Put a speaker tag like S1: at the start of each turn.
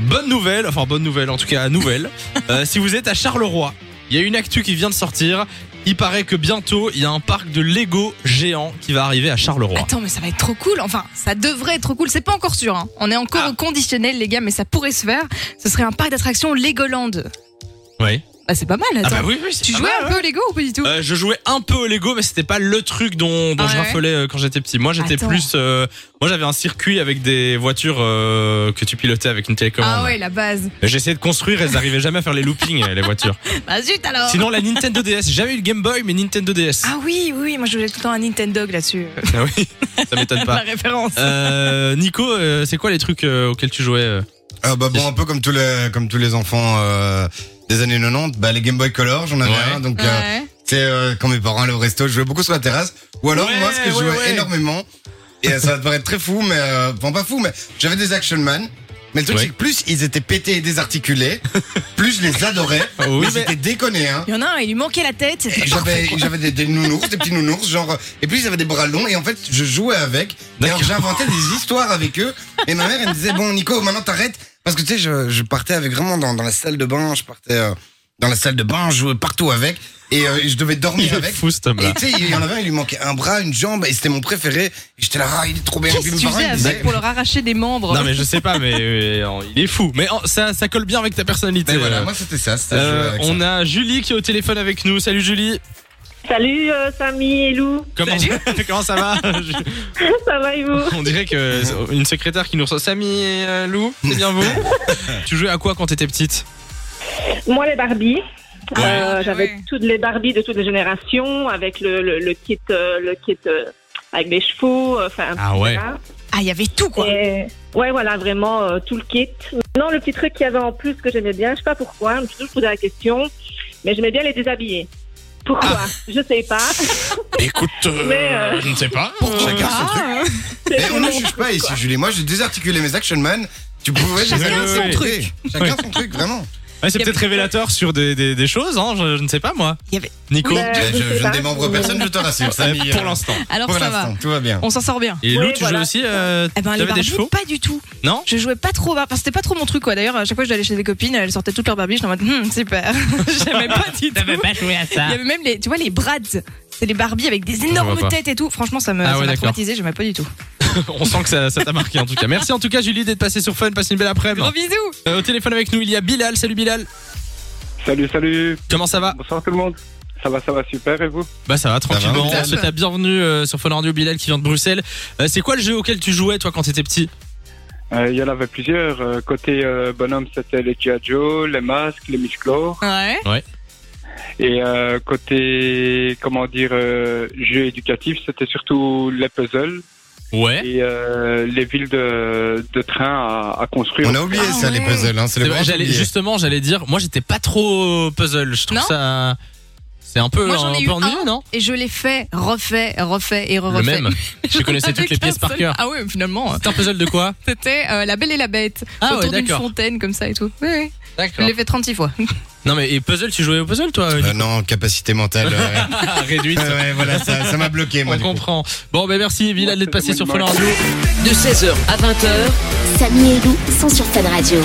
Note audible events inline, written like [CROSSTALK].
S1: Bonne nouvelle, enfin bonne nouvelle, en tout cas nouvelle. Euh, si vous êtes à Charleroi, il y a une actu qui vient de sortir. Il paraît que bientôt, il y a un parc de Lego géant qui va arriver à Charleroi.
S2: Attends, mais ça va être trop cool. Enfin, ça devrait être trop cool. C'est pas encore sûr. hein. On est encore
S1: Ah.
S2: au conditionnel, les gars, mais ça pourrait se faire. Ce serait un parc d'attractions Legoland.
S1: Oui.
S2: Bah, c'est pas mal. Attends.
S1: Ah bah oui, oui, c'est
S2: Tu
S1: pas
S2: jouais
S1: mal,
S2: un
S1: ouais.
S2: peu au Lego ou pas du tout
S1: Euh, je jouais un peu au Lego, mais c'était pas le truc dont, dont
S2: Ah
S1: je
S2: ouais.
S1: raffolais euh, quand j'étais petit. Moi, j'étais
S2: Attends.
S1: plus. euh, moi, j'avais un circuit avec des voitures euh, que tu pilotais avec une télécommande.
S2: Ah ouais, la base.
S1: J'essayais de construire, elles n'arrivaient jamais à faire les
S2: [LAUGHS]
S1: loopings, euh, les voitures.
S2: Bah zut alors.
S1: Sinon, la Nintendo DS. J'ai Jamais eu le Game Boy, mais Nintendo DS.
S2: Ah oui, oui, oui, moi je jouais tout le temps à Nintendo là-dessus. euh,
S1: Ah oui, ça m'étonne
S2: [LAUGHS] La
S1: pas.
S2: référence.
S1: Euh, Nico, euh, c'est quoi les trucs euh, auxquels tu jouais euh
S3: Ah bah bon, un peu comme tous les, comme tous les enfants euh, des années 90, bah les Game Boy Color, j'en avais
S1: Ouais.
S3: un, donc euh,
S2: Ouais.
S3: tu sais, euh, quand mes parents allaient au resto, je jouais beaucoup sur la terrasse. Ou alors
S1: Ouais,
S3: moi, ce que je
S1: ouais,
S3: jouais
S1: ouais.
S3: énormément, et euh, ça va te paraître très fou, mais euh, enfin pas fou, mais j'avais des Action Man. Mais le truc
S1: Ouais.
S3: c'est que plus ils étaient pétés
S1: [LAUGHS]
S3: et désarticulés, plus je les adorais.
S1: Ah Oui,
S3: mais
S1: mais-
S3: c'était déconné, hein.
S2: Il y en a un, il lui manquait la tête. C'était parfait,
S3: J'avais
S2: quoi.
S3: j'avais des, des nounours, des petits nounours, genre. Et puis ils avaient des bras longs, et en fait, je jouais avec. Et alors, j'inventais des histoires avec eux. Et ma mère, elle me disait, bon, Nico, maintenant t'arrêtes. Parce que tu sais, je, je partais avec vraiment dans, dans la salle de bain, je partais euh, dans la salle de bain, je jouais partout avec. Et euh, je devais dormir
S1: Il est
S3: avec.
S1: fou cet
S3: Et
S1: homme-là.
S3: tu sais, il y en avait un, il lui manquait un bras, une jambe, et c'était mon préféré. Et j'étais là, ah, il est trop bien. Et
S2: Qu'est-ce
S3: puis
S2: que
S3: mes
S2: tu
S3: parents,
S2: faisais
S3: ils disaient,
S2: avec pour leur arracher des membres
S1: Non mais je sais pas, mais euh, il est fou. Mais oh, ça, ça colle bien avec ta personnalité.
S3: Ben voilà,
S1: euh.
S3: moi c'était ça. c'était jouer
S1: Euh,
S3: avec ça.
S1: on a Julie qui est au téléphone avec nous. Salut Julie.
S4: Salut euh, Samy et Lou,
S1: Comment, [LAUGHS] comment ça
S2: [LAUGHS]
S1: va
S4: ça va et vous
S1: On dirait que c'est une secrétaire qui nous reçoit. Samy et euh, Lou, c'est bien vous
S3: [LAUGHS]
S1: Tu jouais à quoi quand t'étais petite
S4: Moi les Barbies,
S1: Ouais.
S4: Euh,
S2: Ah,
S4: j'avais
S2: ouais.
S4: toutes les Barbies de toutes les générations avec le, le, le kit, euh, le kit euh, avec les chevaux, euh, enfin
S1: Ah ouais.
S4: etc.
S2: Ah, il y avait tout quoi.
S4: Et- ouais voilà vraiment euh, tout le kit. Non le petit truc qu'il y avait en plus que j'aimais bien, je sais pas pourquoi, je me suis toujours posé la question, mais j'aimais bien les déshabiller. Pourquoi Je sais pas.
S1: Écoute,
S4: Mais, euh,
S1: je ne sais pas.
S3: Chacun son truc.
S2: Ah,
S3: Mais on ne juge pas ici, Julie. Moi, j'ai désarticulé mes Action Man. Tu pouvais les
S1: Chacun
S3: arrêter.
S1: son
S2: truc.
S3: Chacun son truc, vraiment.
S1: c'est
S2: Il y
S1: peut-être
S2: avait-
S1: révélateur sur des, des- des choses, hein, je, je ne sais pas moi.
S2: Il y avait-
S1: Nico,
S4: Oui. Euh,
S3: je,
S4: je
S3: je
S4: sais
S3: ne
S4: pas.
S3: démembre personne, je te rassure.
S1: euh,
S3: Samy,
S1: pour
S3: euh,
S1: l'instant.
S2: Alors
S3: Pour
S2: ça va.
S3: l'instant, tout va bien.
S2: On s'en sort bien.
S1: Et Lou,
S4: Oui,
S1: tu jouais
S4: voilà.
S1: aussi euh,
S2: Eh ben, les
S1: T'avais des
S2: Barbies,
S1: chevaux
S2: pas du tout.
S1: Non
S2: Je jouais pas trop. Enfin, c'était pas trop mon truc, quoi. D'ailleurs, à chaque fois que j'allais chez des copines, elles sortaient toutes leurs Barbies. J'étais en mode, Hum, super. [LAUGHS] J'aimais pas du tout.
S5: pas joué à ça.
S2: Il y avait même les, tu vois, les Brads. C'est les Barbies avec des énormes
S1: pas.
S2: têtes et tout. Franchement, ça me-
S1: Ah
S2: ça
S1: ouais,
S2: m'a
S1: d'accord.
S2: traumatisé. J'aimais pas du tout.
S1: [LAUGHS] On sent que ça ça t'a marqué en tout cas. Merci en tout cas Julie d'être passée sur Fun, passe une belle
S2: Gros
S1: après-midi.
S2: bisous.
S1: Euh, au téléphone avec nous, il y a Bilal. Salut Bilal.
S6: Salut, salut.
S1: Comment ça va
S6: Bonsoir tout le monde. Ça va, ça va, super. Et vous
S1: Bah ça va tranquillement.
S3: Ça
S2: va,
S1: on te souhaite la bienvenue euh, sur Fun Radio Bilal qui vient de Bruxelles. Euh, c'est quoi le jeu auquel tu jouais toi quand t'étais petit
S6: Euh, Il y en avait plusieurs. Euh, côté euh, bonhomme, c'était les G.I. Joe, les masques, les musclores.
S2: Ouais.
S6: Et euh, côté, comment dire, euh, jeu éducatif, c'était surtout les puzzles
S1: Ouais.
S6: et euh, les villes de, de train à, à construire.
S3: On a oublié
S2: Ah
S3: ça, les
S2: ouais.
S3: puzzles. Hein. C'est le
S1: C'est vrai,
S3: grand
S1: j'allais-
S3: oublié.
S1: justement, j'allais dire, moi j'étais pas trop euh, puzzle. Je trouve
S2: Non
S1: ça. C'est un peu,
S2: Moi, j'en
S1: un
S2: ai eu
S1: peu ennuyeux,
S2: un.
S1: Euh, non
S2: Et je l'ai fait, refait, refait et
S1: Le
S2: refait.
S1: même.
S2: [LAUGHS]
S1: Je connaissais toutes les pièces par cœur.
S2: Ah ouais, finalement.
S1: C'est un puzzle de quoi
S2: C'était euh, La Belle et la Bête.
S1: Ah ouais,
S2: autour d'une
S1: d'accord.
S2: fontaine, comme ça et tout. Oui, oui. Je
S1: D'accord.
S2: l'ai fait 36 fois.
S1: Non mais et puzzle, tu jouais au puzzle toi
S3: Euh, non, capacité mentale. euh, ouais.
S1: [LAUGHS] Réduite.
S3: Ouais, ouais, voilà, ça ça m'a bloqué, moi.
S1: On
S3: du coup.
S1: comprend. Bon, ben merci Bilal
S6: Moi,
S1: d'être passé
S6: c'est
S1: sur
S6: le
S1: Fun
S6: minimum.
S1: Radio.
S7: De 16h à 20h,
S8: Samy et Lou sont sur Fun Radio.